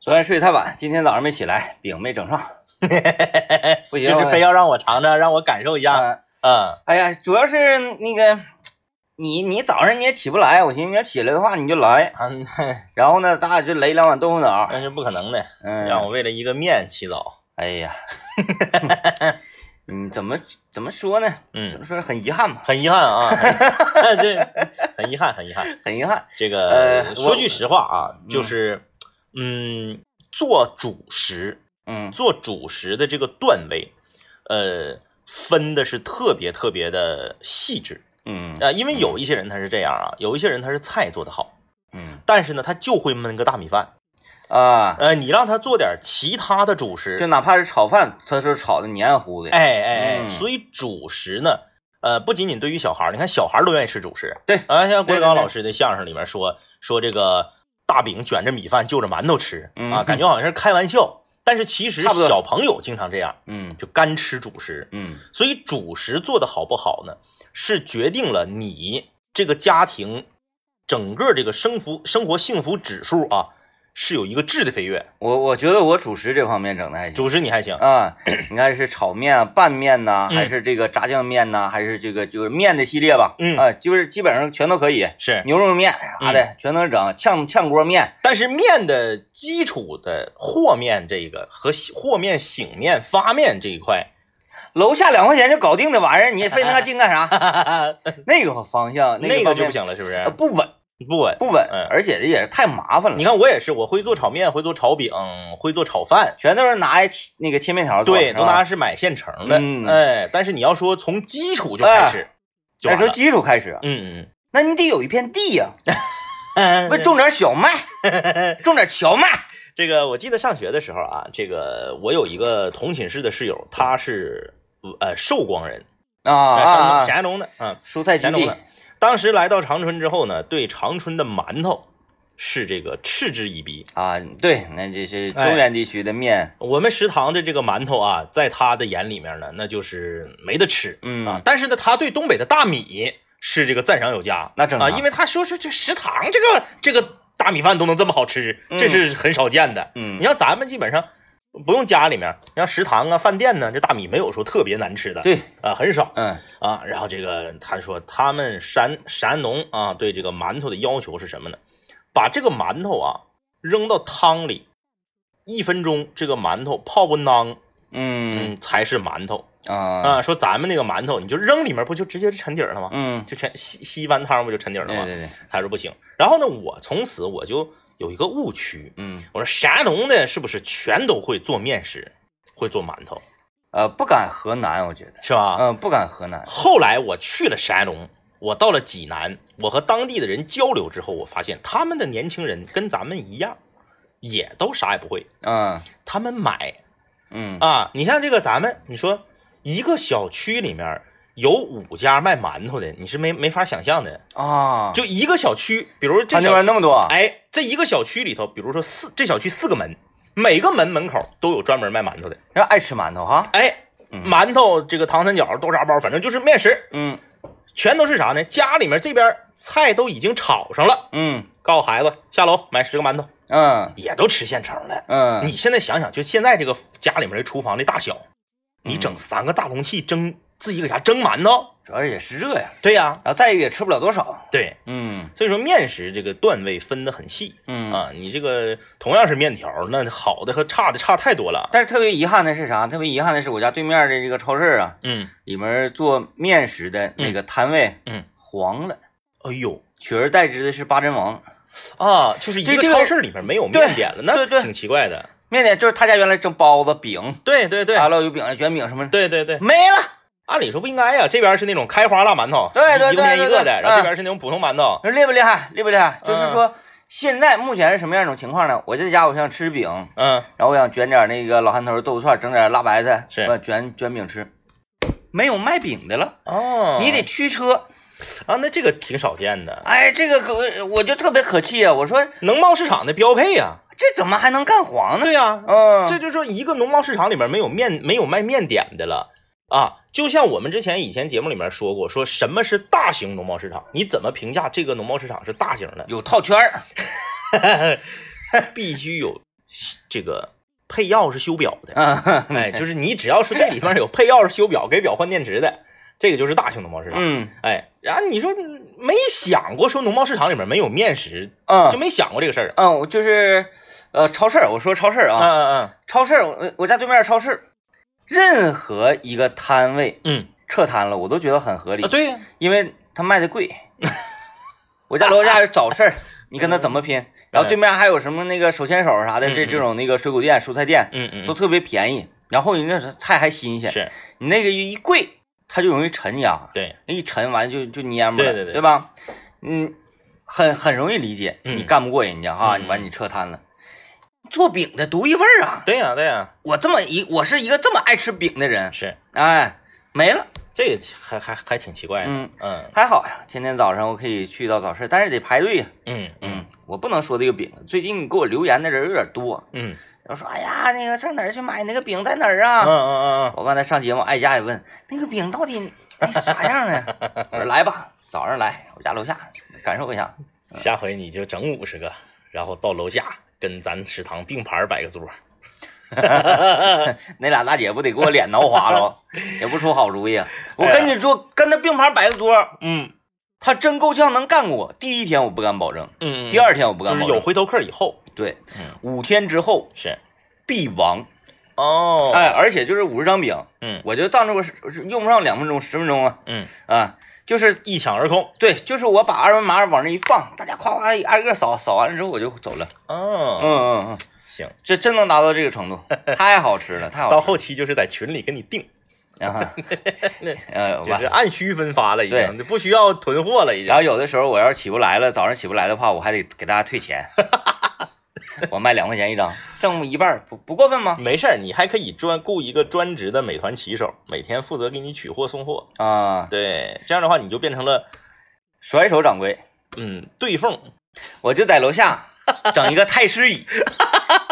昨天睡太晚，今天早上没起来，饼没整上， 不行，就是非要让我尝尝，让我感受一下。嗯嗯，哎呀，主要是那个你你早上你也起不来，我寻思你要起来的话你就来，啊，那然后呢，咱俩就擂两碗豆腐脑，那是不可能的，嗯，让我为了一个面起早。哎呀， 嗯，怎么怎么说呢？怎嗯，么说很遗憾吧， 很遗憾啊， 很这很遗憾，很遗憾。很遗憾，这呃个说句实话啊，嗯就是嗯，做主食，嗯做主食的这个段位，呃，分的是特别特别的细致嗯啊、呃因为有一些人他是这样啊，有一些人他是菜做的好，嗯但是呢，他就会焖个大米饭。啊，呃，你让他做点其他的主食就，哪怕是炒饭，他说炒的黏糊的，哎哎哎，嗯所以主食呢，呃，不仅仅对于小孩儿，你看小孩儿都愿意吃主食。对啊，像郭对对德纲对老师的相声里面说说这个大饼卷着米饭就着馒头吃嗯啊，感觉好像是开玩笑，但是其实差不多小朋友经常这样，嗯就干吃主食。嗯所以主食做的好不好呢，是决定了你这个家庭整个这个生福生活幸福指数啊，是有一个质的飞跃。我我觉得我主食这方面整的还行。主食你还行，啊， 你看是炒面啊、拌面呐、嗯还是这个炸酱面呐、还是这个就是面的系列吧？嗯啊，就是基本上全都可以，是，牛肉面啥的、全能整，炝炝锅面，但是面的基础的和面这个和和面、醒面、发面这一块，楼下两块钱就搞定的玩意儿，你费那个劲干啥？ 那个方向那个个方就面不行了，是不呃是？不稳不稳。不稳，嗯而且这也是太麻烦了。你看我也是，我会做炒面，会做炒饼，会做炒饭，全都是拿一切那个切面条做，对，是吧都拿是买现成的。嗯哎，但是你要说从基础就开始，就哎完从了。基础开始，嗯那你得有一片地呀、嗯，不是种点小 麦，种点荞麦，这个我记得上学的时候啊，这个我有一个同寝室的室友，他是呃寿光人，啊啊呃山东啊沈！阳农的啊，蔬菜基山东地的，。当时来到长春之后呢，对长春的馒头是这个嗤之以鼻。啊，对，那这是中哎原地区的面，我们食堂的这个馒头啊，在他的眼里面呢，那就是没得吃嗯啊。但是呢，他对东北的大米是这个赞赏有加，那正啊，常因为他说是这食堂这个这个大米饭都能这么好吃，这是很少见的。嗯你，像咱们基本上不用家里面，你像食堂啊、饭店呢，这大米没有说特别难吃的，对，啊，很少嗯啊。然后这个他说他们山山农啊，对这个馒头的要求是什么呢？把这个馒头啊扔到汤里，一分钟这个馒头泡不囊，嗯嗯，才是馒头啊，啊。说咱们那个馒头，你就扔里面不就直接沉底儿了吗？嗯，就全吸吸完汤不就沉底儿了对吗？对对，他说不行。然后呢，我从此我就有一个误区，嗯我说山东的是不是全都会做面食，会做馒头，呃，不敢河南，我觉得，是吧？嗯，不敢河南，后来我去了山东，我到了济南，我和当地的人交流之后，我发现他们的年轻人跟咱们一样，也都啥也不会，嗯他们买嗯啊，你像这个咱们，你说一个小区里面。有五家卖馒头的，你是没没法想象的。啊，就一个小区，比如这他那小边区那么多，哎，这一个小区里头，比如说四这小区四个门，每个门门口都有专门卖馒头的。人爱吃馒头哈，哎，嗯馒头这个糖三角、豆沙包，反正就是面食，嗯全都是啥呢？家里面这边菜都已经炒上了，嗯告诉孩子下楼买十个馒头，嗯也都吃现成的。嗯，你现在想想，就现在这个家里面的厨房的大小，你整三个大笼屉蒸自己搁家蒸馒头，主要也是热呀，对呀、然后再一个也吃不了多少，对。嗯所以说面食这个段位分得很细嗯啊，你这个同样是面条，那好的和差的差太多了。但是特别遗憾的是啥？特别遗憾的是我家对面的这个超市啊，嗯，里面做面食的那个摊位，嗯，黄了。哎呦取而代之的是八珍王啊，就是一这个这个超市里面没有面点了，那对对挺奇怪的。面点，就是他家原来蒸包子、饼、对对对大烙油饼、卷饼什么的，对对对，没了。按理说不应该呀，这边是那种开花大馒头，对对对一个面一对对个嗯的，然后这边是那种普通馒头。厉不厉害？厉不厉害？嗯就是说，现在目前是什么样一种情况呢？我在家我想吃饼，嗯，然后我想卷点那个老憨头豆腐串，整点辣白菜，是我卷卷饼吃。没有卖饼的了，哦你得驱车。啊，那这个挺少见的，哎，这个可我就特别可气啊！我说农贸市场的标配呀。这怎么还能干黄呢？对呀，嗯，这就是说一个农贸市场里面没有面没有卖面点的了。啊，就像我们之前以前节目里面说过，说什么是大型农贸市场？你怎么评 价这个农贸市场是大型的？有套圈儿，必须有这个配钥匙修表的，啊，哎，就是你只要是这里面有配钥匙修表、给表换电池的，这个就是大型农贸市场。嗯哎，然后你说没想过说农贸市场里面没有面食，就嗯没想过这个事儿嗯，我就是呃，超市儿，我说超市儿啊。啊，嗯超市儿，我我家对面儿超市儿，任何一个摊位嗯撤摊了，我都觉得很合理嗯，啊，，对呀，因为他卖的贵。 我家楼下有早市儿，你跟他怎么拼？然后对面还有什么那个手牵手啥的，这嗯嗯这种那个水果店、蔬菜店嗯嗯都嗯，特别便宜，然后人家菜还新鲜，是你那个一贵，它就容易沉秧，对，一沉完就就蔫巴了，对对对吧？嗯，很很容易理解，嗯你干不过人家哈，嗯你完你撤摊了。做饼的独一份儿啊！对呀、对呀、我这么一，我是一个这么爱吃饼的人，是哎，没了，这个还还还挺奇怪的。嗯嗯还好呀，天天早上我可以去到早市，但是得排队呀。嗯嗯嗯，我不能说这个饼，最近给我留言的人有点多，嗯然后说，哎呀，那个上哪儿去买那个饼在哪儿啊？嗯嗯嗯我刚才上节目，挨家也问那个饼到底那啥样 啊？我说来吧，早上来我家楼下感受一下。 嗯，下回你就整五十个，然后到楼下跟咱食堂并排摆个桌。 那俩大姐不得给我脸挠花了， 也不出好主意啊。我跟你说，跟他并排摆个桌，哎嗯他真够呛能干过我。第一天我不敢保证，嗯，第二天我不就敢是保有证。回头客以后，对，嗯五天之后是必亡。哦，哎，而且就是五十张饼，嗯我就当着我是是用不上两分钟、十分钟啊嗯，啊，就是一抢而空。对，就是我把二维码往那一放，大家夸夸挨个扫，扫完了之后我就走了。哦，嗯嗯嗯。行，这真能达到这个程度，太好吃了，太好到吃后期就是在群里给你定， 了。啊哈呃，就是完。按需分发了，已经对就不需要囤货了，已经然。后有的时候我要是起不来了，早上起不来的话，我还得给大家退 钱。我卖两块钱一张，挣一半儿，不不过分吗？没事儿，你还可以专雇一个专职的美团骑手，每天负责给你取货送货。啊，对，这样的话你就变成了甩手掌柜，嗯对缝，我就在楼 下整一个太师椅，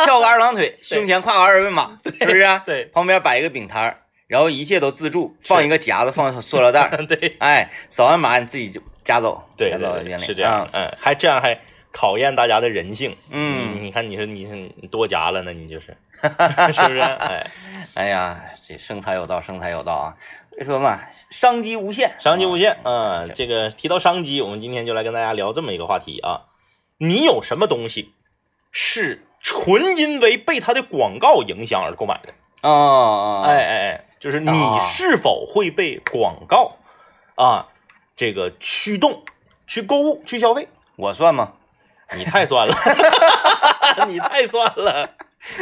翘个二郎腿，胸前挎个二维码，是不是啊、对旁边摆一个饼摊儿，然后一切都自助，放一个夹子，放塑料袋 儿，对哎，扫完码你自己就夹走，对夹对到对店里是这样啊，嗯，还这样还考验大家的人性。嗯你，你看你是你是你多夹了呢，你 就是是不是？哎，哎呀，这生财有道，生财有道啊！所以说嘛，商机无限，商机无限啊啊！这个提到商机，我们今天就来跟大家聊这么一个话题啊。你有什么东西是纯因为被它的广告影响而购买的？啊啊！哎，哎哎，就是你啊是否会被广告啊这个驱动去购物、去消费？我算吗？你太酸了， 你太酸了，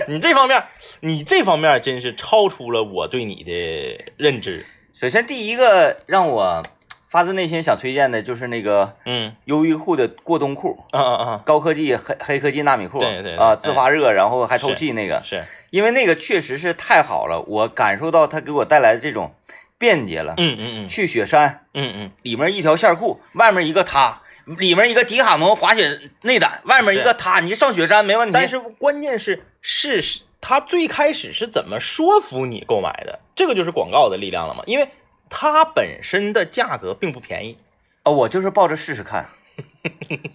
你这方面，你这方面真是超出了我对你的认知。首先第一个让我发自内心想推荐的就是那个嗯，优衣库的过冬裤，啊啊高科技黑黑科技纳米裤，对对对啊，自发热，然后还透气那啊，个，是，因为那个确实是太好了，我感受到它给我带来的这种便捷了。嗯嗯嗯去雪山嗯嗯，里面一条线裤，外面一个它。里面一个迪卡侬滑雪内胆，外面一个它，你就上雪山没问题。但是关键是是是他最开始是怎么说服你购买的？这个就是广告的力量了嘛，因为它本身的价格并不便宜。啊，我就是抱着试试 看，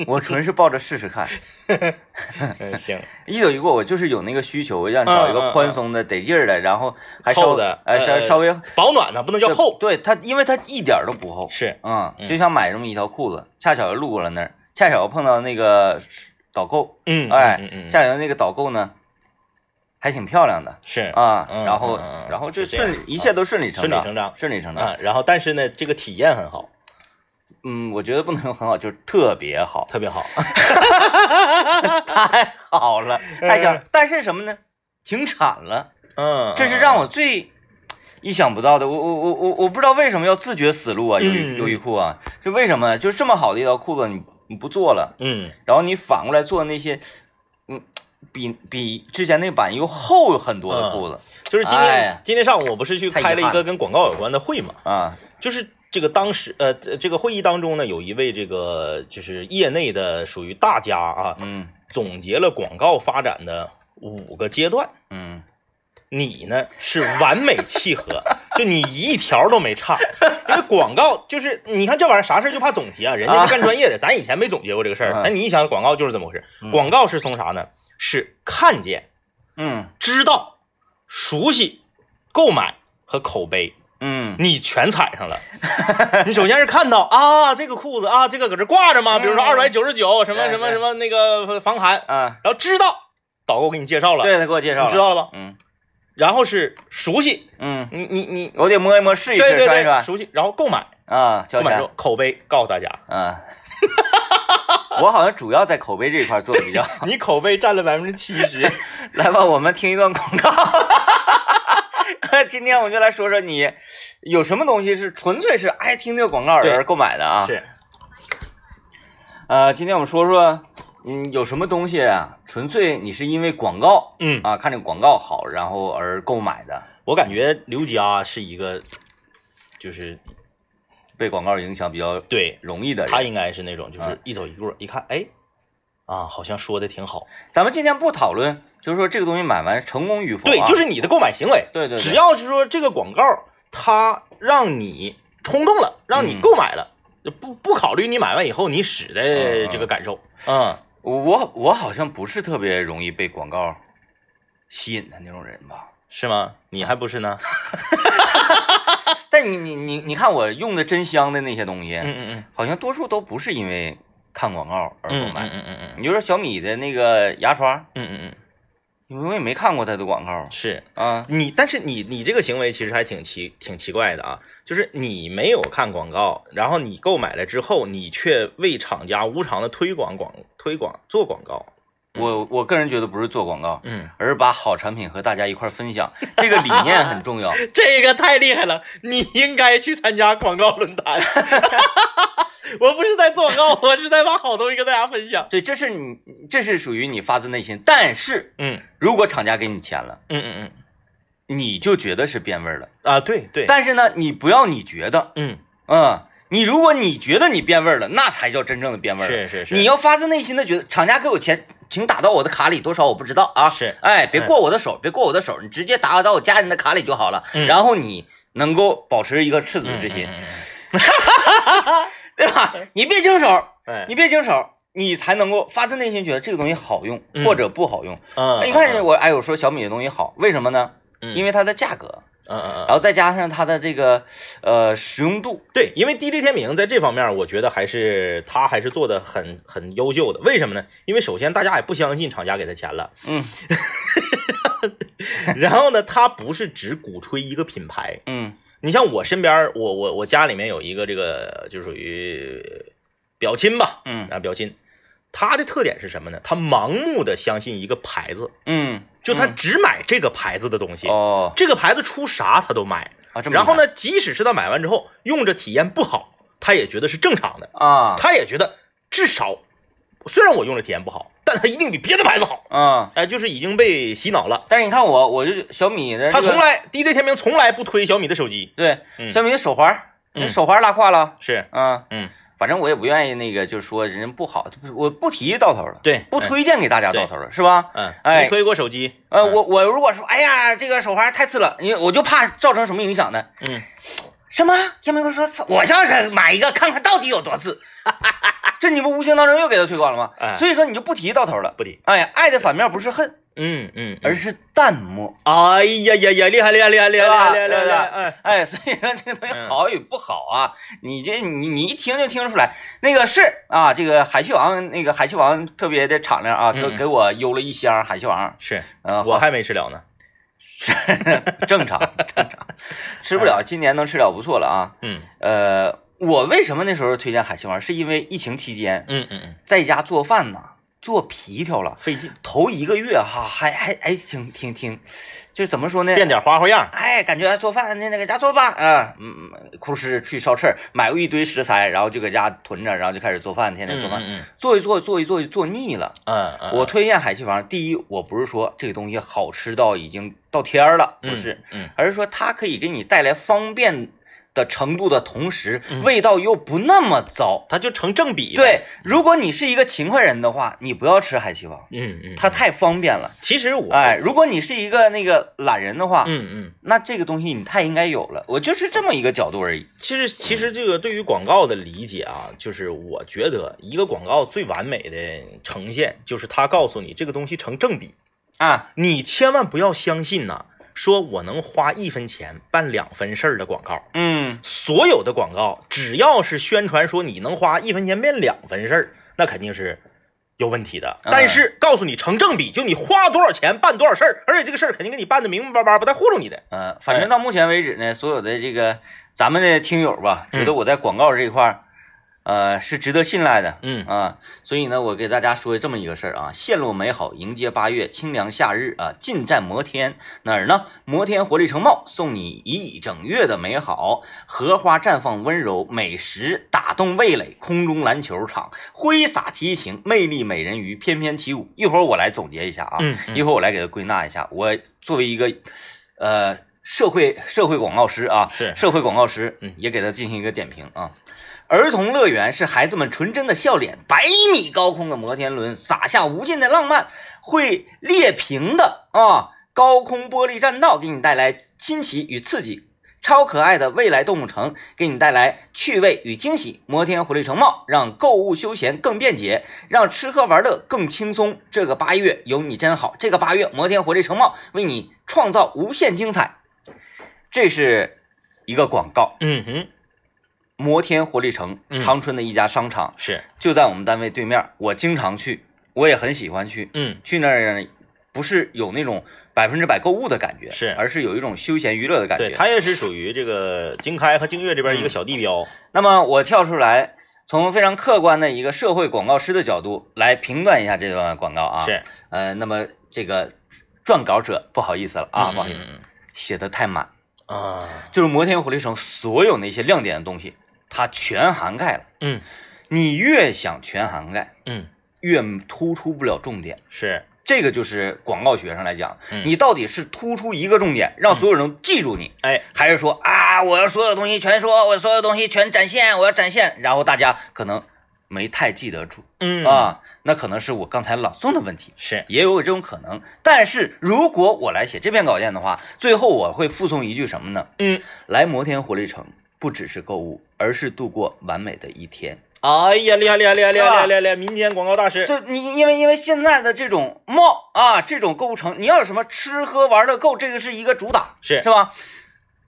我纯是抱着试试看，嗯，行，一走一过，我就是有那个需求，我想找一嗯嗯个宽松的、得劲儿的，然后还稍厚的呃，稍呃稍微保暖呢不能叫厚，对它，因为它一点儿都不厚，是，嗯，嗯就像买这么一条裤子，恰巧又路过了那儿，恰巧碰到那个导购，嗯，哎嗯嗯，嗯恰巧那个导购呢还挺漂亮的是啊，嗯然后嗯嗯嗯然后就是这样顺一切都顺理成顺理章，成章顺理成章，啊，然后但是呢，这个体验很好，嗯，我觉得不能用很好，就是特别好， 特别好，太好了，太香了。但是什么呢？停产了，嗯，这是让我最意想不到的。我我我我我不知道为什么要自掘死路啊！优嗯衣优衣库啊，就为什么就这么好的一条裤子你你不做了，嗯，然后你反过来做那些，嗯，比比之前那版又厚很多嗯的裤子就是今哎天呀今天上午我不是去太遗开了一憾个跟广告有关的会嘛，啊，就是这个当时呃，这这个会议当中呢，有一位这个就是业内的属于大家啊，嗯总结了广告发展的五个阶段。嗯，你呢是完美契合，就你一条都没差。因为广告就是你看这玩意儿啥事儿就怕总结啊，人家是干专业的，咱以前没总结过这个事儿。嗯那你一想广告就是这么回事，广告是从啥呢？是看见嗯知道、熟悉、购买和口碑，嗯你全踩上了。你首先是看到啊，这个裤子啊，这个搁这挂着嘛，比如说嗯二百九十九，什么对什么对什么那个防寒，啊，然后知道导购给你介绍了，对他给我介绍了，嗯你知道了吧？嗯然后是熟悉，嗯，你你你，我得摸一摸，试一对试，对穿一对，穿熟悉，然后购买，啊，交购买之后钱，口碑告诉大家，嗯。 我好像主要在口碑这一块做的比较 好。你口碑占了百分之七 十。来吧，我们听一段广告。 今天我们就来说说你有什么东西是纯粹是爱听这个广告的人对购买的啊？是，呃，今天我们说说，嗯，有什么东西啊，纯粹你是因为广告嗯，啊，看这个广告好，然后而购买的，我感觉刘佳是一个，就是被广告影响比较对容易的他人。应该是那种，嗯就是一走一过，一看，哎，啊，好像说的挺好。咱们今天不讨论，就是说这个东西买完成功与否、啊。对，就是你的购买行为，对对对只要是说这个广告它让你冲动了，让你嗯购买了，就不不考虑你买完以后你使的这个感受，嗯，我我好像不是特别容易被广告吸引的那种人吧。是吗？你还不是呢？但你你你你看我用的真香的那些东西， 嗯嗯嗯好像多数都不是因为看广告而购嗯嗯买。嗯嗯嗯你就说小米的那个牙刷，嗯嗯嗯，因为我也没看过它的广告是。啊。你，但是你你这个行为其实还挺奇挺奇怪的啊，就是你没有看广告，然后你购买了之后，你却为厂家无偿的推广广推广做广告，我我个人觉得不是做广告，嗯，而是把好产品和大家一块儿分享，这个理念很重要。 这个太厉害了，你应该去参加广告 论坛。我不是在做广告，我 是在把好东西跟大家分享。对，这是你，这是属于你发自内心。但是嗯如果厂家给你钱了，嗯嗯嗯，你就觉得是变味儿了。啊对对，但是呢，你不要你觉得，嗯嗯，你如果你觉得你变味儿了，那才叫真正的变味儿。是是是，你要发自内心的觉得厂家给我钱，请打到我的卡里，多少我不知道啊。是嗯哎，别过我的手，别过我的手，你直接打到我家人的卡里就好了。嗯然后你能够保持一个赤子之心，嗯嗯嗯对吧？你别经手，嗯哎 你别经手，你才能够发自内心觉得这个东西好用嗯或者不好用。嗯，你看我哎，我说小米的东西好，为什么呢？嗯，因为为它的价格，嗯嗯嗯然。后再加上它的这个呃使用度，对，因为 DJ 天明在这方面，我觉得还是他还是做的很很优秀的。为什么呢？因为首先大家也不相信厂家给他钱 了，嗯然后呢，他不是只鼓吹一个品牌。嗯你像我身边儿，我我我家里面有一个这个就属于表亲吧，嗯啊表亲，他的特点是什么呢？他盲目的相信一个牌子，嗯，就他嗯只买这个牌子的东西，哦这个牌子出啥他都买。啊这么然后厉害呢，即使是他买完之后用着体验不好，他也觉得是正常的。啊他也觉得至少，虽然我用的体验不好，但它一定比别的牌子好。啊。哎，就是已经被洗脑了。但是你看我，我就小米的这他个、从来 DJ 天明从来不推小米的手机，嗯对小米的手环，嗯手环拉胯了，是，啊，嗯，反正我也不愿意那个，就是说人家不好，我不提到头了，对，哎不推荐给大家到头了，是吧？嗯，嗯，哎没推过手机，呃，嗯我我如果说，哎呀，这个手环太次了，因为我就怕造成什么影响呢？嗯，什么？天明哥说次，我上去买一个看看到底有多次， 这你不无形当中又给他推广了吗？哎所以说你就不提到头了。不理，哎呀，爱的反面不是恨，嗯嗯，而是，是淡漠。哎呀呀呀，厉害厉害厉害厉对害厉吧害厉害厉害厉害，哎，哎，所以说这个东嗯西好与不好啊，你这你你一听就听出来，那个是啊，这个海气王那个海气王特别的敞亮啊，给嗯给我邮了一箱海气王，是呃，我好还没吃了呢， 正常正常，吃不哎了，今年能吃了不错了啊。嗯呃，我为什么那时候推荐海气王，是因为疫情期间嗯嗯嗯，在家做饭呢，做皮条了，费劲，头一个月哈，还还哎挺挺挺，就怎么说呢？变点花花样，哎，感觉做饭那那搁家做吧啊，嗯，嗯，哭哧去超市买过一堆食材，然后就搁家囤着，然后就开始做饭，天天嗯做饭，嗯做一做做一做一做腻了。嗯嗯，我推荐海气房，第一，我不是说这个东西好吃到已经到天儿了，不嗯是，，嗯而是说它可以给你带来方便的程度的同时，嗯味道又不那么糟。它就成正比，对，，如果你是一个勤快人的话，你不要吃海气王，嗯嗯，它太方便了。其实我，哎，，如果你是一个那个懒人的话，嗯嗯。那这个东西你太应该有了，我就是这么一个角度而已。其实，其实这个对于广告的理解啊，就是我觉得一个广告最完美的呈现，就是它告诉你这个东西成正比。啊，你千万不要相信呐、说我能花一分钱办两分事儿的广告。嗯，所有的广告只要是宣传说你能花一分钱变两分事儿，那肯定是有问题的。嗯但是告诉你成正比，就你花多少钱办多少事儿，而且这个事儿肯定给你办的明明白白，不带糊弄你的。呃，反正到目前为止呢，所有的这个咱们的听友吧，觉嗯得我在广告这一块儿，呃，是值得信赖的。嗯啊，所以呢，我给大家说这么一个事儿啊，陷落美好，迎接八月清凉夏日啊，尽占摩天哪儿呢？摩天活力城贸送你一整月的美好，荷花绽放温柔，美食打动味蕾，空中篮球场挥洒激情，魅力美人鱼翩翩起舞。一会儿我来总结一下啊，嗯一会儿我来给它归纳一下。我作为一个呃社会社会广告师啊，是社会广告师，嗯也给他进行一个点评啊。儿童乐园是孩子们纯真的笑脸，百米高空的摩天轮洒下无尽的浪漫，会裂屏的啊高空玻璃栈道给你带来新奇与刺激。超可爱的未来动物城给你带来趣味与惊喜，摩天活力城贸让购物休闲更便捷，让吃喝玩乐更轻松。这个八月有你真好，这个八月摩天活力城贸为你创造无限精彩。这是一个广告，嗯哼，摩天活力城嗯长春的一家商场、是，就在我们单位对面，我经常去，我也很喜欢去。嗯去那儿不是有那种百分之百购物的感觉，是而是有一种休闲娱乐的感觉。对，它也是属于这个经开和经越这边一个小地标。那么我跳出来，从非常客观的一个社会广告师的角度来评断一下这段广告啊。，是呃，那么这个撰稿者不好意思了啊，不好意思，嗯写的太满，嗯啊，就是摩天活力城所有那些亮点的东西，它全涵盖了。嗯你越想全涵盖，嗯，越突出不了重点。是，这个就是广告学上来讲，嗯你到底是突出一个重点，让所有人记住你，哎，还是说啊，我要所有东西全说，我所有东西全展现，我要展现，然后大家可能没太记得住、嗯，啊，那可能是我刚才朗诵的问题，是，也有这种可能。但是如果我来写这篇稿件的话，最后我会附送一句什么呢？嗯，来摩天活力城不只是购物，而是度过完美的一天。哎呀，厉害厉害厉害厉是吧害厉害厉害！民间广告大师，就你因为因为现在的这种贸啊，这种购物城，你要有什么吃喝玩乐购，这个是一个主打，是是吧？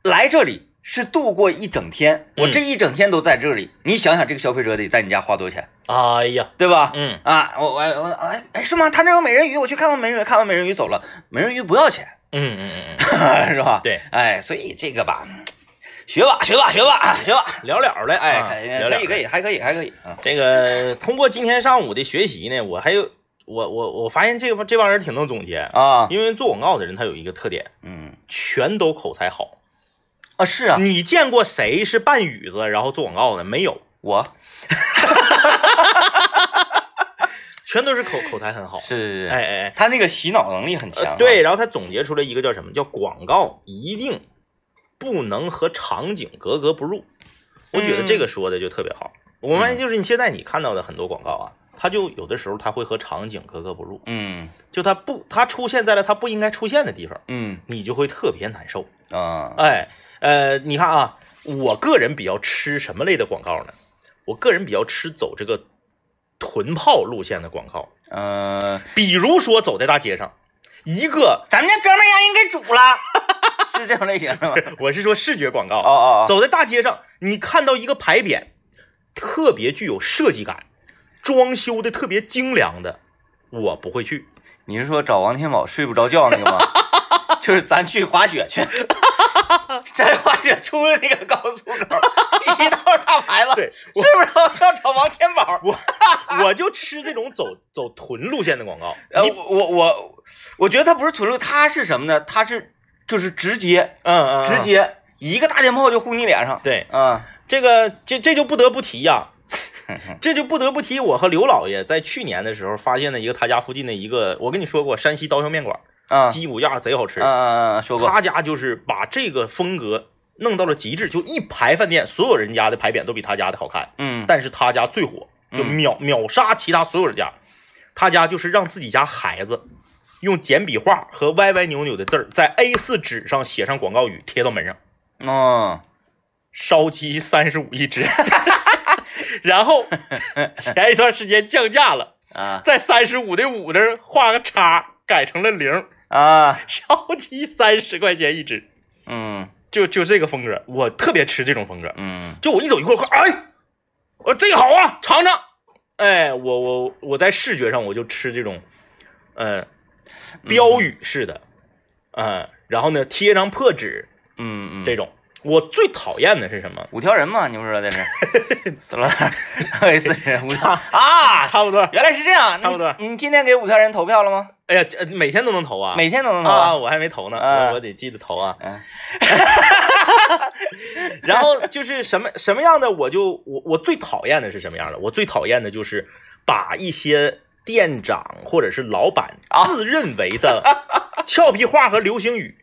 来这里是度过一整天，嗯我这一整天都在这里，你想想这个消费者得在你家花多少钱，哎呀，对吧？嗯，啊，我我我哎哎，是吗？他那有美人鱼，我去看看美人鱼，看完美人鱼走了，美人鱼不要钱，嗯嗯 嗯，是吧？对，哎，所以这个吧，学吧，学吧，学吧，啊学吧，聊了了，哎，啊可聊可了以，可以。以，还可以，还可以啊，这个通过今天上午的学习呢，我还有我我我发现这帮这帮人挺能总结，啊，因为做广告的人他有一个特点，嗯，全都口才好。啊，是啊，你见过谁是半语子然后做广告的？没有，我全都是口口才很好。是哎哎哎，他那个洗脑能力很强、啊呃对，，然后他总结出来一个叫什么？叫广告一定不能和场景格格不入。我觉得这嗯个说的就特别好。我发现就是你现在你看到的很多广告啊，它就有的时候它会和场景格格不入，嗯就它不它出现在了它不应该出现的地方，嗯你就会特别难受。啊哎，呃，你看啊，我个人比较吃什么类的广告呢？我个人比较吃走这个臀炮路线的广告，呃，比如说走在大街上，一个咱们家哥们儿让人给煮了， 是这种类型的吗？我是说视觉广告啊哦哦哦，走在大街上，你看到一个牌匾，特别具有设计感，装修的特别精良的，我不会去。你是说找王天宝睡不着觉那个吗？ 就是咱去滑雪去，咱滑雪出了那个高速口， 一道大牌子，对是不是要找王天宝？我 我就吃这种走走臀路线的广告。呃，你我我我我觉得他不是臀路，他是什么呢？他是就是直接嗯嗯直直接接一个大电炮就呼你脸上，对啊，这个这这就不得不提 呀、这就不得不提我和刘老爷在去年的时候发现的一个他家附近的一个，我跟你说过山西刀削面馆，啊鸡骨架贼好吃。啊啊啊，说过，他家就是把这个风格弄到了极致，就一排饭店所有人家的牌匾都比他家的好看。嗯，但是他家最火，就嗯秒、秒杀其他所有人家。他家就是让自己家孩子用简笔画和歪歪扭扭的字儿，在 A 4纸上写上广告语，贴到门上，哦。烧鸡三十五一只。 然后前一段时间降价了，啊在三十五的五那儿画个叉，改成了零，啊，小鸡三十块钱一只，嗯就就这个风格，我特别吃这种风格。嗯就我一走一过，快哎，我这个好啊，尝尝。哎，我我我在视觉上我就吃这种，呃，标语式的，呃，然后呢贴张破纸嗯嗯，这种。我最讨厌的是什么？五条人嘛，你不说这是？ 怎么了？类似是五条啊啊，差不多。 原来是这样，差不多你你今天给五条人投票了吗？哎呀，呃每天都能投啊，每天都能投啊，？我还没投呢，啊我我得记得投啊。嗯 然后就是什么什么样的，我就我我最讨厌的是什么样的？我最讨厌的就是把一些店长或者是老板啊自认为的俏皮话和流行语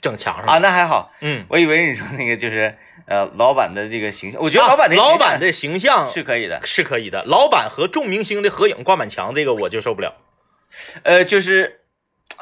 整墙上啊，了。那还好，嗯，我以为你说那个就是呃老板的这个形象，我觉得啊老板的老形板象的形象是可以的，是可以的，老板和众明星的合影挂满墙，这个我就受不了。呃，就是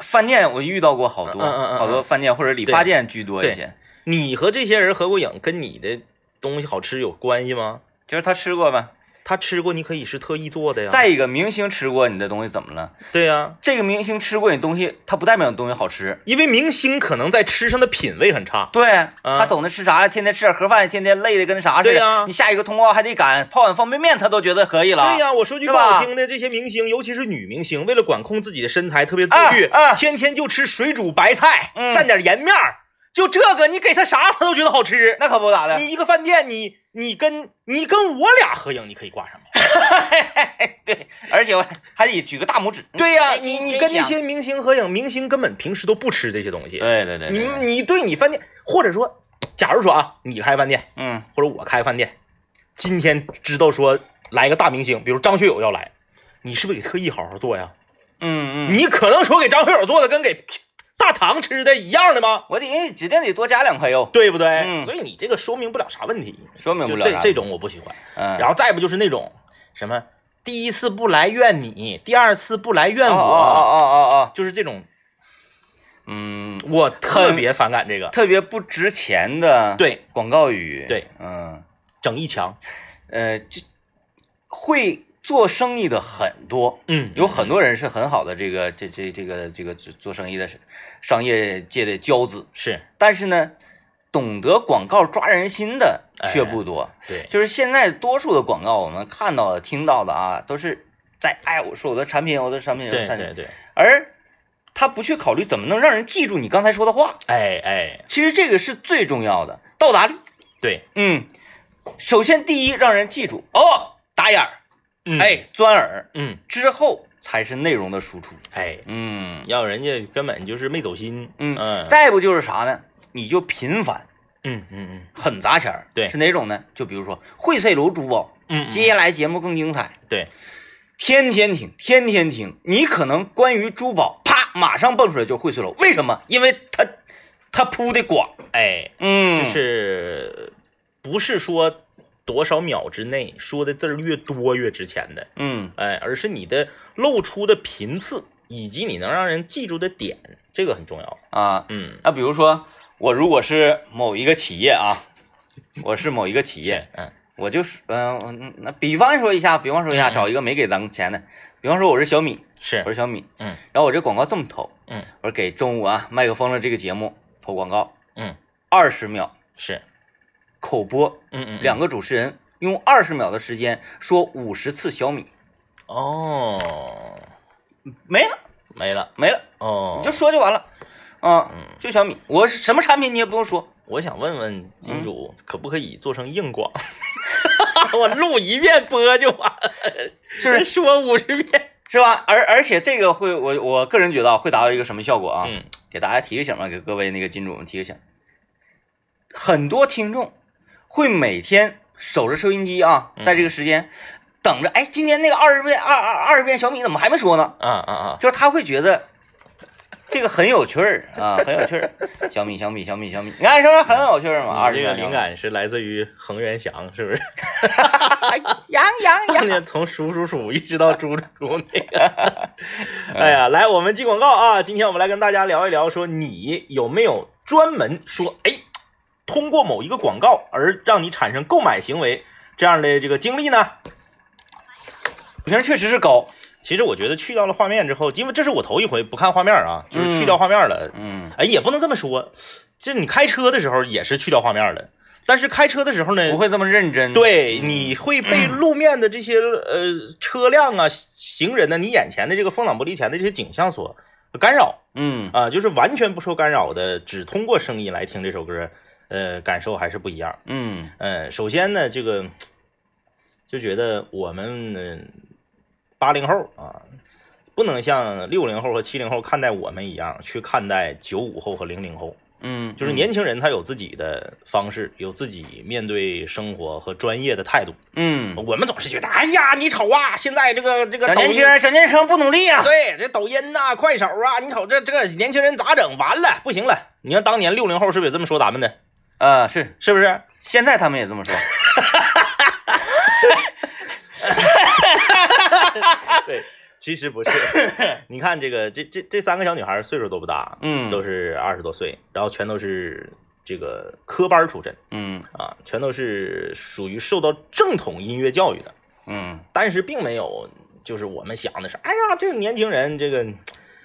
饭店我遇到过好多嗯嗯嗯嗯好多饭店或者理发店居多一些，你和这些人合过影，跟你的东西好吃有关系吗？就是他吃过呗。他吃过，你可以是特意做的呀。再一个，明星吃过你的东西怎么了？对呀、这个明星吃过你东西，他不代表你东西好吃。因为明星可能在吃上的品味很差。对啊他懂得吃啥，天天吃点盒饭，天天累的跟啥似的。嗯对呀你下一个通告还得赶泡碗方便面，他都觉得可以了。对呀、我说句是不吧好听的，这些明星，尤其是女明星，为了管控自己的身材，特别自律，啊啊天天就吃水煮白菜，嗯蘸点盐面儿，就这个，你给他啥他都觉得好吃。那可不咋的。你一个饭店，你你跟你跟我俩合影，你可以挂上面。对，而且我还得举个大拇指。对呀、哎你真你跟那香些明星合影，明星根本平时都不吃这些东西。对对对你对对你对你饭店，或者说，假如说啊，你开饭店，嗯或者我开饭店，今天知道说来一个大明星，比如张学友要来，你是不是得特意好好做呀？嗯嗯，你可能说给张学友做的跟给大唐吃的一样的吗？我得指定得多加两块肉，对不对？嗯所以你这个说明不了啥问题，说明不了就啥这这种我不喜欢。嗯，然后再不就是那种什么第一次不来怨你，第二次不来怨哦哦我，哦哦哦，就是这种嗯，我特别反感这个，特别不值钱的对，广告语，对，嗯整一墙，呃，这会做生意的很多，嗯，有很多人是很好的这个这这这个这个做做生意的商业界的骄子，是但是呢，懂得广告抓人心的却哎不多。对，就是现在多数的广告，我们看到的、听到的啊，都是在哎，我说我的产品，我的产品，我的对产对品，对，而他不去考虑怎么能让人记住你刚才说的话，哎哎其实这个是最重要的到达率。对，嗯，首先第一让人记住哦，打眼儿，嗯哎，钻耳，嗯之后才是内容的输出。哎，嗯要人家根本就是没走心，嗯嗯再不就是啥呢？你就频繁，嗯嗯嗯很砸钱儿。对是哪种呢？就比如说荟萃楼珠宝，嗯，嗯接下来节目更精彩。对，天天听，天天听，你可能关于珠宝，啪，马上蹦出来就是荟萃楼，为什么？因为它它铺的广，哎。嗯，就是不是说多少秒之内说的字儿越多越值钱的，嗯哎，而是你的露出的频次以及你能让人记住的点，这个很重要。啊，嗯，那比如说我如果是某一个企业啊，我是某一个企业，嗯我就是嗯、我那比方说一下，比方说一下，嗯嗯找一个没给咱们钱的，比方说我是小米，是我是小米，嗯然后我这广告这么投，嗯我说给中午啊麦克风了这个节目投广告，嗯二十秒是口播，嗯嗯两个个主持人用二十秒的时间说五十次小米，哦没了没了没了，哦你就说就完了，啊、嗯就小米，我是什么产品你也不用说，我想问问嗯金主，可不可以做成硬广？ 我录一遍播就完了，是不是说五十遍。是吧？而而且这个会，我我个人觉得啊会达到一个什么效果啊？嗯，给大家提个醒啊，给各位那个金主们提个醒，很多听众会每天守着收音机啊，嗯在这个时间、等着，哎，今天那个二十遍二二二十遍小米怎么还没说呢？啊啊啊！就是他会觉得这个很有趣儿啊，很有趣儿。小米，小米，小米，小米，你看是不是很有趣儿嘛？二你十啊啊秒这个灵，感是来自于恒源祥，是 不是？羊羊当羊，年从鼠鼠鼠一直到猪猪猪那 个， 哎呀，来，我们进广告啊！今天我们来跟大家聊一聊，说你有没有专门说，哎，通过某一个广告而让你产生购买行为这样的这个经历呢？我觉得确实是高，其实我觉得去掉了画面之后，因为这是我头一回不看画面啊，就是去掉画面了。嗯，哎，也不能这么说，这你开车的时候也是去掉画面了，但是开车的时候呢，不会这么认真。，嗯对，你会被路面的这些呃车辆啊、行人呢，你眼前的这个风挡玻璃前的这些景象所干扰嗯啊、就是完全不受干扰的，只通过声音来听这首歌，呃，感受还是不一样。嗯嗯，首先呢，这个就觉得我们八零后啊，不能像六零后和七零后看待我们一样去看待九五后和零零后。嗯，就是年轻人他有自己的方式，有自己面对生活和专业的态度。嗯，我们总是觉得，哎呀，你瞅啊，现在这个这个小抖年轻音。人，小年轻人不努力啊。对，这抖音呐、快手啊，你瞅这这个年轻人咋整？完了，不行了！你看当年六零后是不是也这么说咱们的？啊，是，是不是？现在他们也这么说。对，其实 不是。你看这个，这这这三个小女孩岁数都不大，嗯，都是，是二十多岁，然后全都是这个科班出身嗯啊，全都是属于受到正统音乐教育的，嗯但是并没有就是我们想的是，哎呀，这个年轻人这个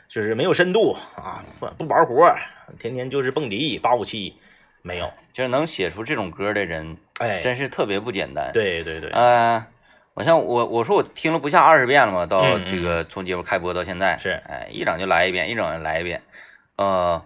就是没有深度啊，不不玩活儿，天天就是蹦迪八五七，没有，就是能写出这种歌的人，哎，真是特别不简单。，对对对，呃，我像我我说我听了不下二十遍了嘛，到嗯嗯这个从节目开播到现在，是哎，一整就来一遍，一整就来一遍。呃，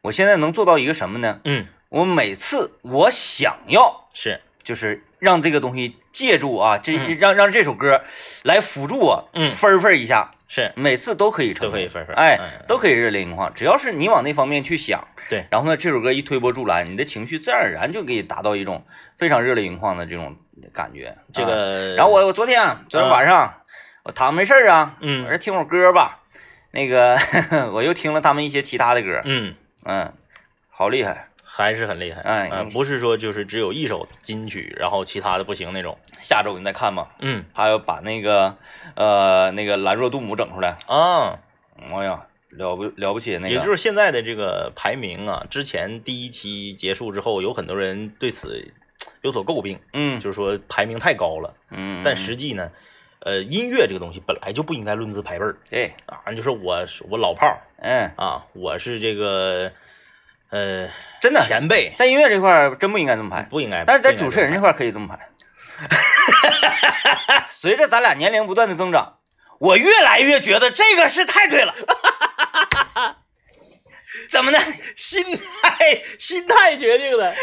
我现在能做到一个什么呢？嗯，我每次我想要，是，就是让这个东西借助啊，这嗯让让这首歌来辅助我，嗯分儿分儿一下，是每次都可以成功，都可以分儿分儿嗯哎嗯，都可以热泪盈眶。只要是你往那方面去想，对然后呢，这首歌一推波助澜，你的情绪自然而然就给你达到一种非常热泪盈眶的这种感觉。这啊，个，然后我我昨天啊昨天晚上、我躺着没事儿啊，嗯我说听会儿歌吧，那个 我又听了他们一些其他的歌，嗯。嗯，好厉害，还是很厉害，哎呃你不是说就是只有一首金曲，然后其他的不行那种，下周你再看吧。嗯他要把那个呃那个兰若杜姆整出来，啊，哎呀，了不了不起嗯那个，也就是现在的这个排名啊，之前第一期结束之后，有很多人对此有所诟病，嗯就是说排名太高了。嗯，但实际呢，呃，音乐这个东西本来就不应该论资排辈儿对，啊，你就说我是我老炮儿嗯，啊，我是这个呃真的前辈，在音乐这块儿真不应该这么排，不应该。但是在不应该主持人这这么块儿可以这么排。 随着咱俩年龄不断的增长，我越来越觉得这个是太对了。怎么的？排心态 心态决定的，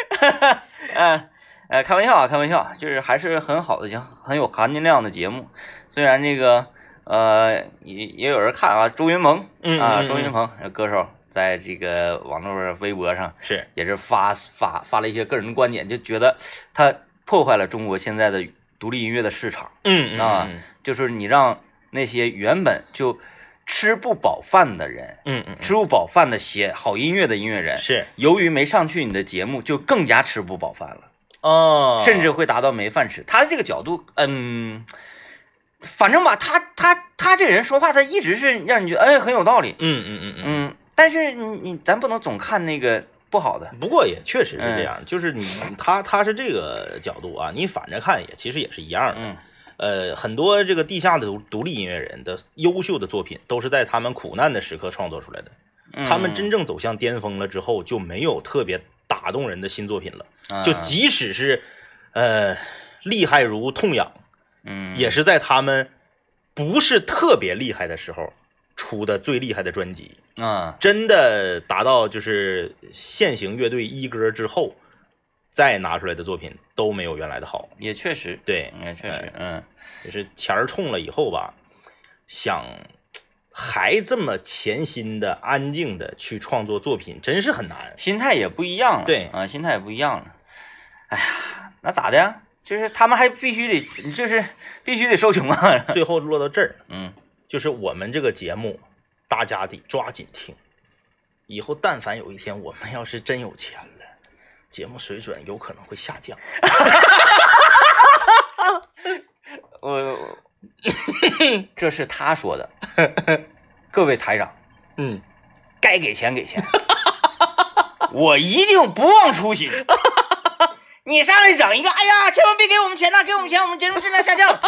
呃呃，开玩笑啊，开玩笑，就是还是很好的节，很有含金量的节目。虽然这个呃也也有人看啊，周云鹏嗯啊，嗯周云嗯鹏歌手在这个网络上、微博上是也是发发发了一些个人的观点，就觉得他破坏了中国现在的独立音乐的市场，嗯嗯啊嗯就是你让那些原本就吃不饱饭的人，嗯嗯吃不饱饭的写好音乐的音乐人，是由于没上去你的节目，就更加吃不饱饭了。哦，甚至会达到没饭吃。他这个角度，嗯，反正吧，他他他这人说话，他一直是让你觉得哎很有道理，嗯嗯嗯嗯。嗯，但是你你咱不能总看那个不好的，不过也确实是这嗯样，就是你他他是这个角度啊，你反着看也其实也是一样的。嗯呃，很多这个地下的独独立音乐人的优秀的作品，都是在他们苦难的时刻创作出来的。嗯他们真正走向巅峰了之后，就没有特别打动人的新作品了。就嗯即使是呃厉害如痛痒，嗯也是在他们不是特别厉害的时候出的最厉害的专辑。嗯真的达到就是现行乐队一哥之后，再拿出来的作品都没有原来的好。也确实对，也确实嗯也是钱儿冲了以后吧，想还这么潜心的、安静的去创作作品，真是很 难。心态也不一样了，对啊心态也不一样了，哎呀那咋的呀？就是他们还必须得，就是必须得受穷啊！最后落到这儿， 嗯就是我们这个节目，大家得抓紧听。以后但凡有一天我们要是真有钱了，节目水准有可能会下降。我我这是他说的，各位台长，嗯，该 给钱给钱，我一定不忘初心。你上来整一个，哎呀，千万别给我们钱呐、给我们钱，我们节目质量下降了。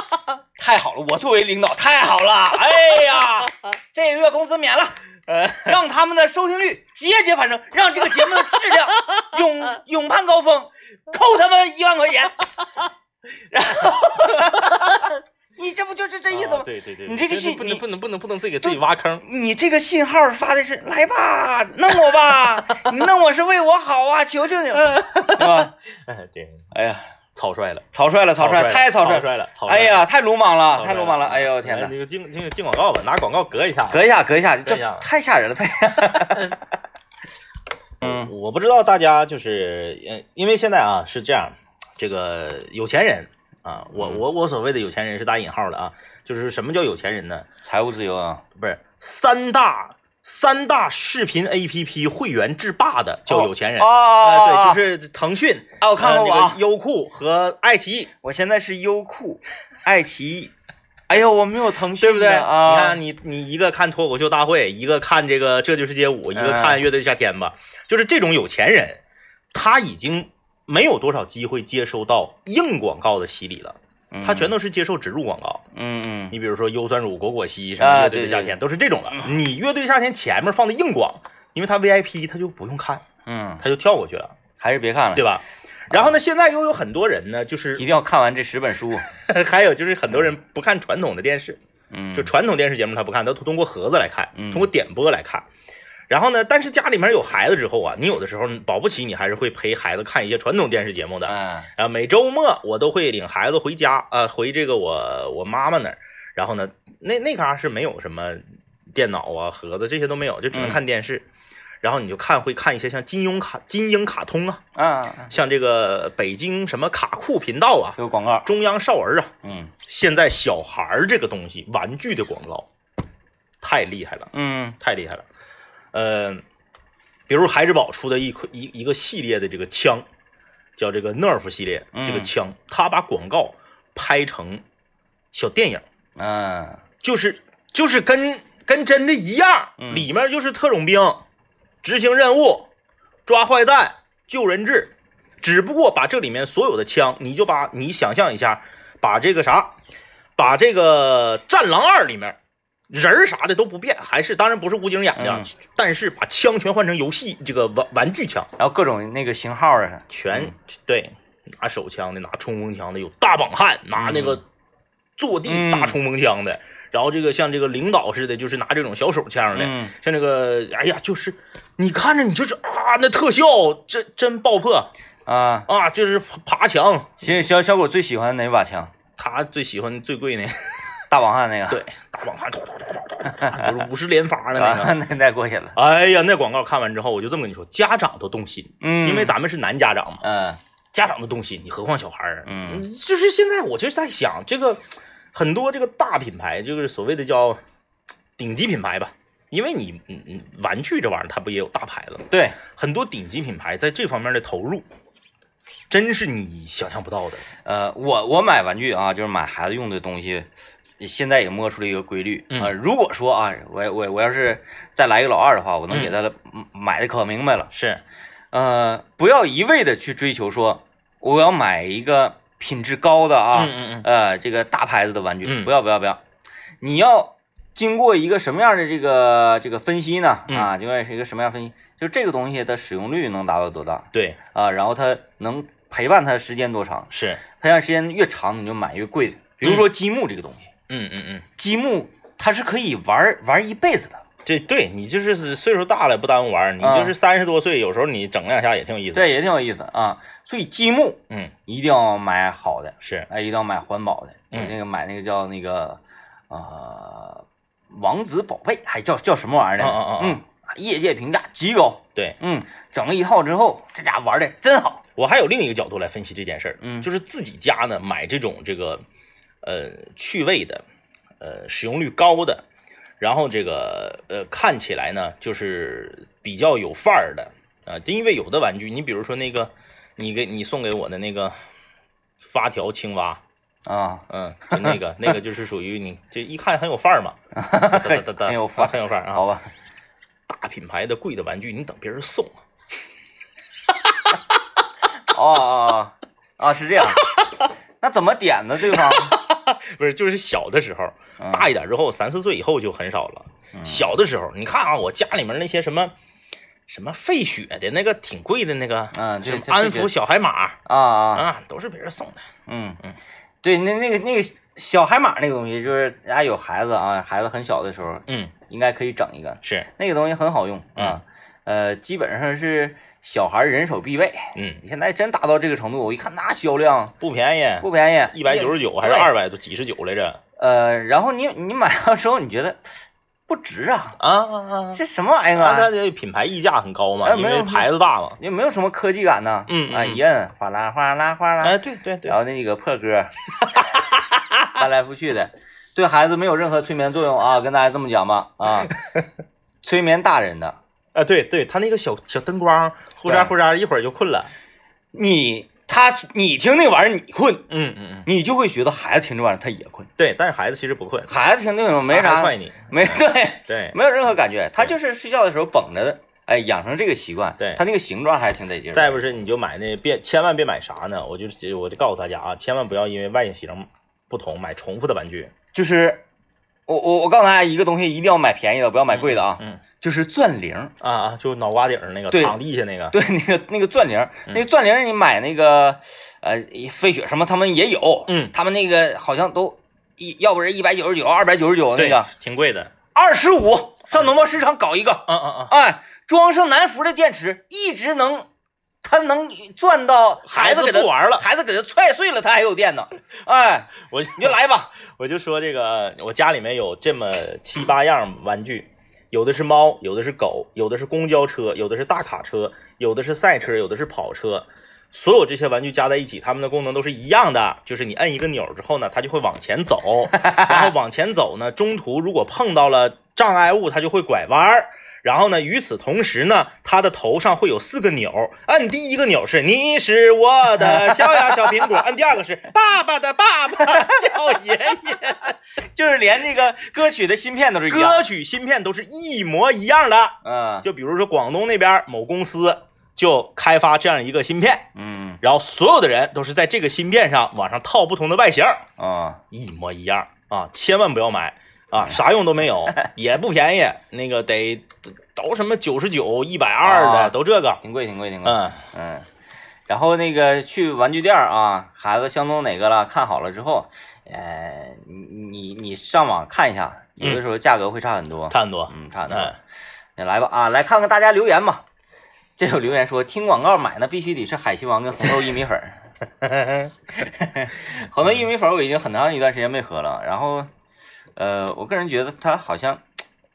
太好了，我作为领导太好了，哎呀，这个月工资免了，呃，让他们的收听率节节攀升，让这个节目的质量永永攀高峰，扣他们一万块钱。 然后，你这不就是这意思吗啊？对对对，你这个是信不你能不能不能不能自己给自己挖坑，你这个信号发的是来吧，弄我吧，你弄我是为我好啊，求求你了，对吧？哎 对，哎呀，草率了，草率了，草率，了太草率了，率了，草率哎了，呀，太鲁莽了，草率太鲁莽了，哎呦天哎哪！那个进进进广告吧，拿广告隔一下。啊隔一下，隔一下，隔一下这太吓人了，太吓人了。嗯我不知道大家就是，呃，因为现在啊是这样，这个有钱人啊，我嗯我我所谓的有钱人是打引号的啊，就是什么叫有钱人呢？财务自由啊，不是三大三大视频 APP 会员制霸的哦叫有钱人。啊，呃，对，就是是腾讯，啊，我看呃看我那啊个，优酷和爱奇艺，我现在是优酷、爱奇艺，哎呦，我没有腾讯的，对不对？啊，你看你你一个看脱口秀大会，一个看这个这就是街舞，一哎个看乐队夏天吧，就是这种有钱人，他已经没有多少机会接收到硬广告的洗礼了，嗯他全，都是接受植入广告。嗯嗯，你比如说优酸乳、果果昔什么乐队的夏啊对对天，都是这种了。你乐队夏天前面放的硬广，因为他 VIP，他就不用看，嗯，他就跳过去了，还是别看了，对吧？然后呢，现在又有很多人呢，就一定是 要看完这十本书，还有就是很多人不看传统的电视，嗯，就传统电视节目他不看，他通过盒子来看，嗯通过点播来看。然后呢，但是家里面有孩子之后啊，你有的时候保不齐你还是会陪孩子看一些传统电视节目的。哎，啊，每周末我都会领孩子回家，呃，回这个我我妈妈那儿。然后呢，那那嘎、是没有什么电脑啊、盒子这些都没有，就只能嗯看电视。然后你就看会看一些像金庸卡、金鹰卡通啊，啊，像这个北京什么卡酷频道啊、有广告，中央少儿啊，嗯现在小孩儿这个东西，玩具的广告太厉害了，嗯太厉害了。呃，比如孩之宝出的一款一一个系列的这个枪，叫这个 Nerf 系列，嗯这个枪，他把广告拍成小电影，嗯就是就是跟跟真的一样，嗯里面就是特种兵执行任务、抓坏蛋、救人质，只不过把这里面所有的枪，你就把你想象一下，把这个啥，把这个《战狼二》里面人儿啥的都不变，还是当然不是吴京演的，嗯但是把枪全换成游戏这个玩玩具枪，然后各种那个型号啊，全、嗯对拿手枪的，拿冲锋枪的，有大绑汉，拿那个坐地嗯大冲锋枪的，然后这个像这个领导似的，就是拿这种小手枪的，嗯像这个哎呀，就是你看着你就是啊，那特效真真爆破啊，啊，就是爬爬墙，小小小狗最喜欢哪把枪？他最喜欢最贵那大王汉那个，对大绑汉，突突突突突就是五十连发的那啊， 个。那太过瘾了，哎呀，那广告看完之后，我就这么跟你说，家长都动心，嗯，因为咱们是男家长嘛，嗯家长的东西，你何况小孩儿？嗯，就是现在我就是在想，这个很多这个大品牌，就是所谓的叫顶级品牌吧，因为你嗯嗯，玩具这玩意儿它不也有大牌子吗？对，很多顶级品牌在这方面的投入，真是你想象不到的。呃，我我买玩具啊，就是买孩子用的东西，现在也摸出了一个规律啊、嗯如果说啊，我我我要是再来一个老二的话，我能嗯给他嗯买的可明白了。是，呃，不要一味的去追求说我要买一个品质高的啊， 嗯嗯呃，这个大牌子的玩具，嗯不要不要不要，你要经过一个什么样的这个这个分析呢？嗯啊，经过一个什么样的分析，就这个东西的使用率能达到多大对，啊？然后它能陪伴它的时间多长？是，陪伴时间越长，你就买越贵的。比如说积木这个东西，嗯嗯嗯，积木它是可以玩儿玩一辈子的。这对你就是岁数大了不耽误玩儿，你啊就是三十多岁，有时候你整两下也挺有意思。，对，也挺有意思啊。所以积木嗯，一定要买好的，是，哎，一定要买环保的。嗯我那个买那个叫那个呃王子宝贝，还叫叫什么玩意儿啊啊啊呢？嗯，业界评价极高。对。嗯，整了一套之后，这家玩的真好。我还有另一个角度来分析这件事儿，嗯就是自己家呢买这种这个呃趣味的，呃使用率高的，然后这个呃看起来呢就是比较有范儿的啊、就因为有的玩具，你比如说那个你给你送给我的那个发条青蛙。啊，嗯，就 那个那个就是属于你，这一看很有范儿嘛，哒哒哒哒很有范儿很有范儿啊！好吧，大品牌的贵的玩具，你等别人送啊，哦哦，哦啊，是这样。 那怎么点呢？对方不是，就是小的时候，嗯大一点之后，三四岁以后就很少了。嗯小的时候，你看啊，我家里面那些什么什么费雪的那个挺贵的那个，嗯什么这这安抚小海马啊啊，啊，都是别人送的。嗯嗯，对，那那个那个小海马那个东西，就是大家有孩子啊，孩子很小的时候，嗯，应该可以整一个。是，那个东西很好用嗯啊，呃，基本上是小孩人手必备。嗯，你现在真达到这个程度，我一看那销量不便宜，不便宜，一百九十九还是对二百多几十九来着？呃，然后你你买到之后，你觉得不值啊？啊啊啊！这什么玩意儿那它啊？这品牌溢价很高嘛，哎因没为有牌子大嘛。也没有什么科技感呐。嗯嗯啊，嗯一摁哗啦哗啦哗啦，哎，对对对然，后那几个破歌，翻来覆去的，对孩子没有任何催眠作用啊！跟大家这么讲吧 啊，催眠大人的，啊对对，它那个小小灯光呼对喳呼喳，一会儿就困了。你他你听那玩意儿你困，嗯嗯嗯，你就会觉得孩子听这玩意儿他也困，对，但是孩子其实不困，孩子听那种没他还啥踹你。没对，对没有任何感觉，他就是睡觉的时候绷着的，哎，养成这个习惯，对他那个形状还是挺得劲儿的。再不是你就买那别千万别买啥呢？我就我就告诉大家啊，千万不要因为外形不同买重复的玩具。就是我我我告诉大家一个东西，一定要买便宜的，不要买贵的啊，嗯就是钻铃儿。啊啊，就脑瓜顶儿那个对躺地下那个。对，那个那个钻铃儿，嗯那个钻铃儿你买那个，呃，飞雪什么他们也有，嗯他们那个好像都一，要不然一百九十九、二百九十九那对个，，挺贵的。二十五上农贸市场搞一个，嗯嗯嗯，哎，装上南孚的电池，一直能，它能钻到孩子给啊他不玩了，孩子给他踹碎了，他还有电呢，哎，我你就来吧，我就说这个，我家里面有这么七八样玩具，有的是猫，有的是狗，有的是公交车，有的是大卡车，有的是赛车，有的是跑车。所有这些玩具加在一起，它们的功能都是一样的，就是你摁一个钮儿之后呢，它就会往前走，然后往前走呢，中途如果碰到了障碍物，它就会拐弯儿。然后呢，与此同时呢，它的头上会有四个钮儿，按第一个钮儿是“你是我的小呀小苹果”，按第二个是“爸爸的爸爸 叫爷爷”。 就是连那个歌曲的芯片都是一样，歌曲芯片都是一模一样的。嗯就比如说广东那边某公司就开发这样一个芯片，嗯然后所有的人都是在这个芯片上往上套不同的外形，啊，一模一样啊！千万不要买啊，啥用都 没有，也不便宜，那个得都什么九十九、一百二啊的，都这个。挺贵挺贵挺贵，嗯嗯，然后那个去玩具店儿啊，孩子相中哪个了，看好了之后，呃，你你你上网看一下，有的时候价格会差很多。差不多。嗯，差很多。嗯，你来吧啊，来看看大家留言吧。这有留言说，听广告买呢，必须得是海西王跟红豆薏米粉儿。 红豆薏米粉儿我已经很长一段时间没喝了，然后，呃，我个人觉得它好像，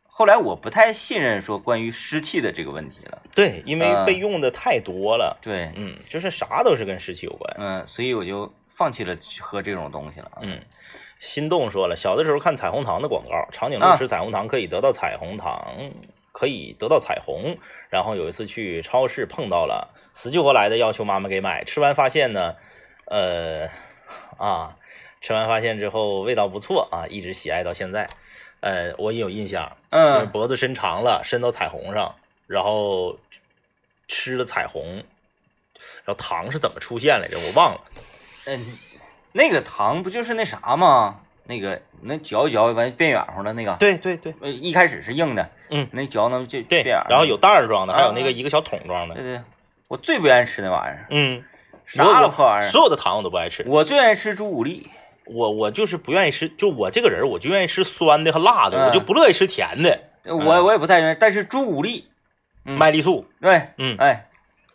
后来我不太信任说关于湿气的这个问题了。对，因为嗯被用的太多了。对，嗯，就是啥都是跟湿气有关。嗯、所以我就放弃了去喝这种东西了啊。嗯，心动说了，小的时候看彩虹糖的广告，长颈啊鹿吃彩虹糖可以得到彩虹糖，可以得到彩虹。然后有一次去超市碰到了，死去活来的要求妈妈给买，吃完发现呢，呃，啊，吃完发现之后味道不错啊，一直喜爱到现在。呃，我也有印象，就是嗯脖子伸长了，伸到彩虹上，然后吃了彩虹，然后糖是怎么出现来着？我忘了。嗯，那个糖不就是那啥吗？那个那嚼一嚼完变软乎了那个，对对对。呃，一开始是硬的，嗯那嚼呢就对，变软了然后有袋儿装的，还有那啊个一个小桶装对的。对，我最不愿意吃那玩意儿，嗯，啥我了我破玩意儿？所有的糖我都不爱吃，我最愿意吃朱古力，我我就是不愿意吃，就我这个人，我就愿意吃酸的和辣的，嗯我就不乐意吃甜的。呃嗯我我也不太愿意，但是朱古力，嗯麦丽素，对，嗯，哎，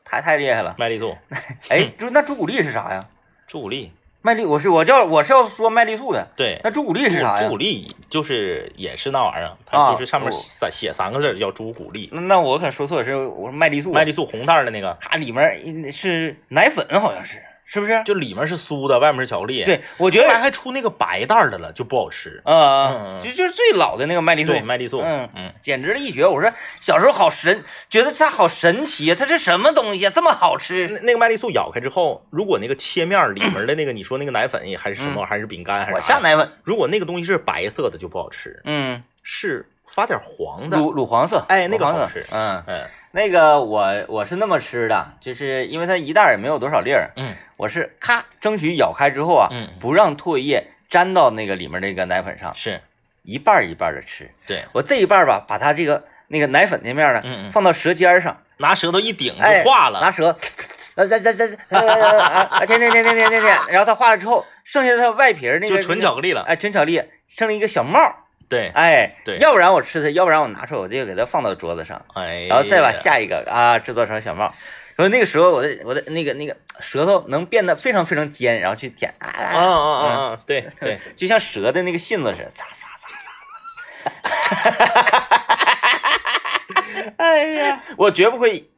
太太厉害了，麦丽素， 哎，就那朱古力是啥呀？朱古力，麦丽，我是我叫我是要说麦丽素的，对那，朱古力是啥朱呀古？力就是也是那玩意儿，啊哦它就是上面我写写三个字儿叫朱古力，那那我可说错了，是我说麦丽素，麦丽素红袋儿的那个，它里面是奶粉，好像是，是不是？就里面是酥的，外面是巧克力。，对，我觉后得来还出那个白袋儿的了，就不好吃。啊、嗯嗯就就是最老的那个麦丽素，对，麦丽素，嗯嗯，简直了一绝。我说小时候好神，觉得它好神奇呀，它是什么东西啊？这么好吃？那那个麦丽素咬开之后，如果那个切面儿里面的那个，你说那个奶粉也还是什么，还是饼干还嗯我是啥下的？奶粉，如果那个东西是白色的就不好吃，嗯，是发点黄的。乳乳黄色，哎那个乳黄色好吃嗯，嗯，那个我我是那么吃的，就是因为它一袋儿也没有多少粒儿，嗯我是咔争取咬开之后啊，嗯，不让唾液粘到那个里面那个奶粉上，是一半儿一半的吃。对，我这一半儿吧，把它这个那个奶粉那面儿呢，嗯嗯放到舌尖儿上，拿舌头一顶就哎，化拿了，舌，呃，再再再，啊，舔舔舔舔舔舔舔，然后它化了之后，剩下它外皮儿那个就纯巧克力了。哎，纯巧克力剩了一个小帽儿，对，哎，对要不然我吃它，要不然我拿出来我就给它放到桌子上，哎，然后再把下一个啊制作成小帽儿。然后那个时候，我的我的那个那个舌头能变得非常非常尖，然后去舔，啊啊啊啊啊啊啊， 对对，，就像蛇的那个信 子似的，擦擦擦擦。哎呀，我绝不会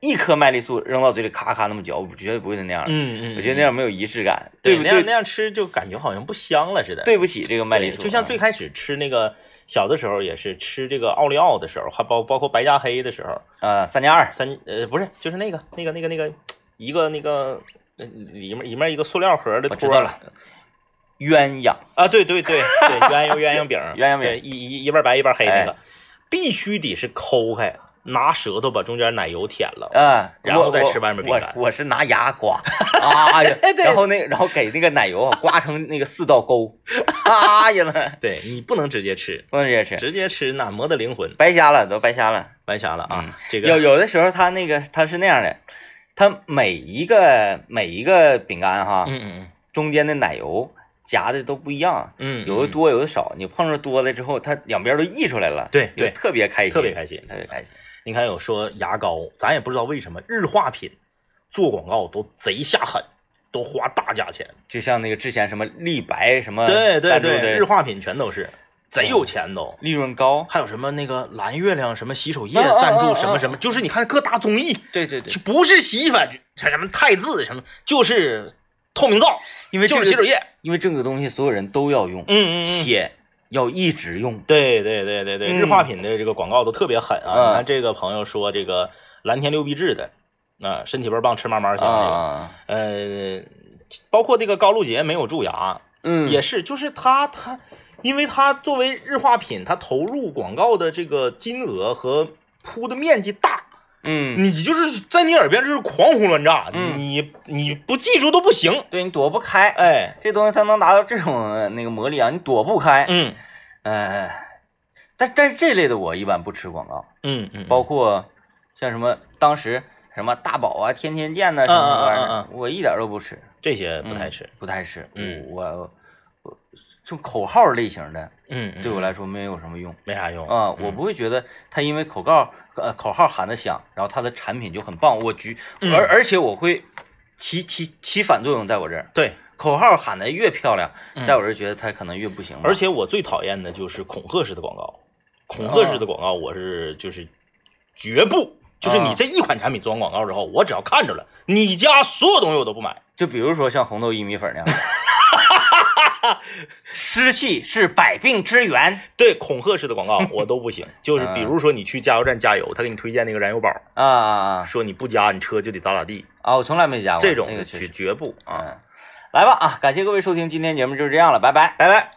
一颗麦丽素扔到嘴里咔咔那么嚼，我绝对不会那样的。嗯嗯，我觉得那样没有仪式感，对不那样那对？样吃就感觉好像不香了似的。对不嗯起这个麦丽素，就像最开始吃那个小的时候也是吃这个奥利奥的时候，还包包括白加黑的时候，呃三加二，三呃不是就是那个那个那个那个一个那个呃里面里面一个塑料盒的我知托道了鸳鸯，啊，对对对对，鸳鸯鸳鸯饼鸳鸯饼哎对一一一半白一半黑那个，必须得是抠开，拿舌头把中间奶油舔了。啊，然后我再吃我外面饼干哎我我是拿牙 刮，啊呀，然后那个然后给那个奶油啊刮成那个四道沟，啊呀妈，对你不能直接吃，不能直接吃，直接吃那磨的灵魂，白瞎了都白瞎了。白瞎了啊！这嗯有个有的时候他那个他是那样的，他每一个每一个饼干哈，嗯嗯中间的奶油夹的都不一样，嗯，有的嗯多有的少，你碰着多了之后，它两边都溢出来了，对你就对特别开心，特别开心特别开心。你看有说牙膏，咱也不知道为什么日化品做广告都贼下狠，都花大价钱。就像那个之前什么立白什么对对赞助对，嗯日的化品全都是贼有钱都。利润高，还有什么那个蓝月亮什么洗手液啊啊啊赞啊啊助什么什么，就是你看各大综艺，对对对，就不是洗衣粉，什么汰渍什么，就是透明皂，因为这就个是洗手液。因为这个东西所有人都要用，嗯嗯。且要一直用，对对对对对，嗯日化品的这个广告都特别狠嗯啊！你看这个朋友说这个蓝天六必治的，啊，身体倍儿棒，吃嘛嘛香。这个啊，呃，包括这个高露洁没有蛀牙，嗯，也是，就是他他，因为他作为日化品，他投入广告的这个金额和铺的面积大，嗯，你就是在你耳边就是狂轰乱炸，嗯你你不记住都不行，对你躲不开，哎，这东西它能达到这种呃那个魔力啊，你躲不开。嗯呃，但但是这类的我一般不吃广告，嗯嗯，包括像什么当时什么大宝啊、天天见呐、什么玩意儿嗯嗯的，我一点都不吃，这些不太吃嗯，，不太吃。嗯我我我就口号类型的嗯，嗯对我来说没有什么用没啥用嗯啊、我不会觉得它因为口告呃口号喊得响，然后它的产品就很棒。我举嗯而而且我会起起起反作用在我这儿。对，口号喊得越漂亮，嗯在我这儿觉得它可能越不行吧。而且我最讨厌的就是恐吓式的广告，恐吓啊式的广告我是就是绝不，就是啊你这一款产品做完广告之后，我只要看着了，你家所有东西我都不买。就比如说像红豆薏米粉那样， 湿气是百病之源对恐吓式 的广告我都不行，就是嗯比如说你去加油站加油，他给你推荐那个燃油宝，啊啊啊！说你不加你车就得咋咋地，啊，我从来没加过这种那的个确绝实嗯绝不啊。嗯，来吧啊！感谢各位收听，今天节目就是这样了，拜拜，拜拜。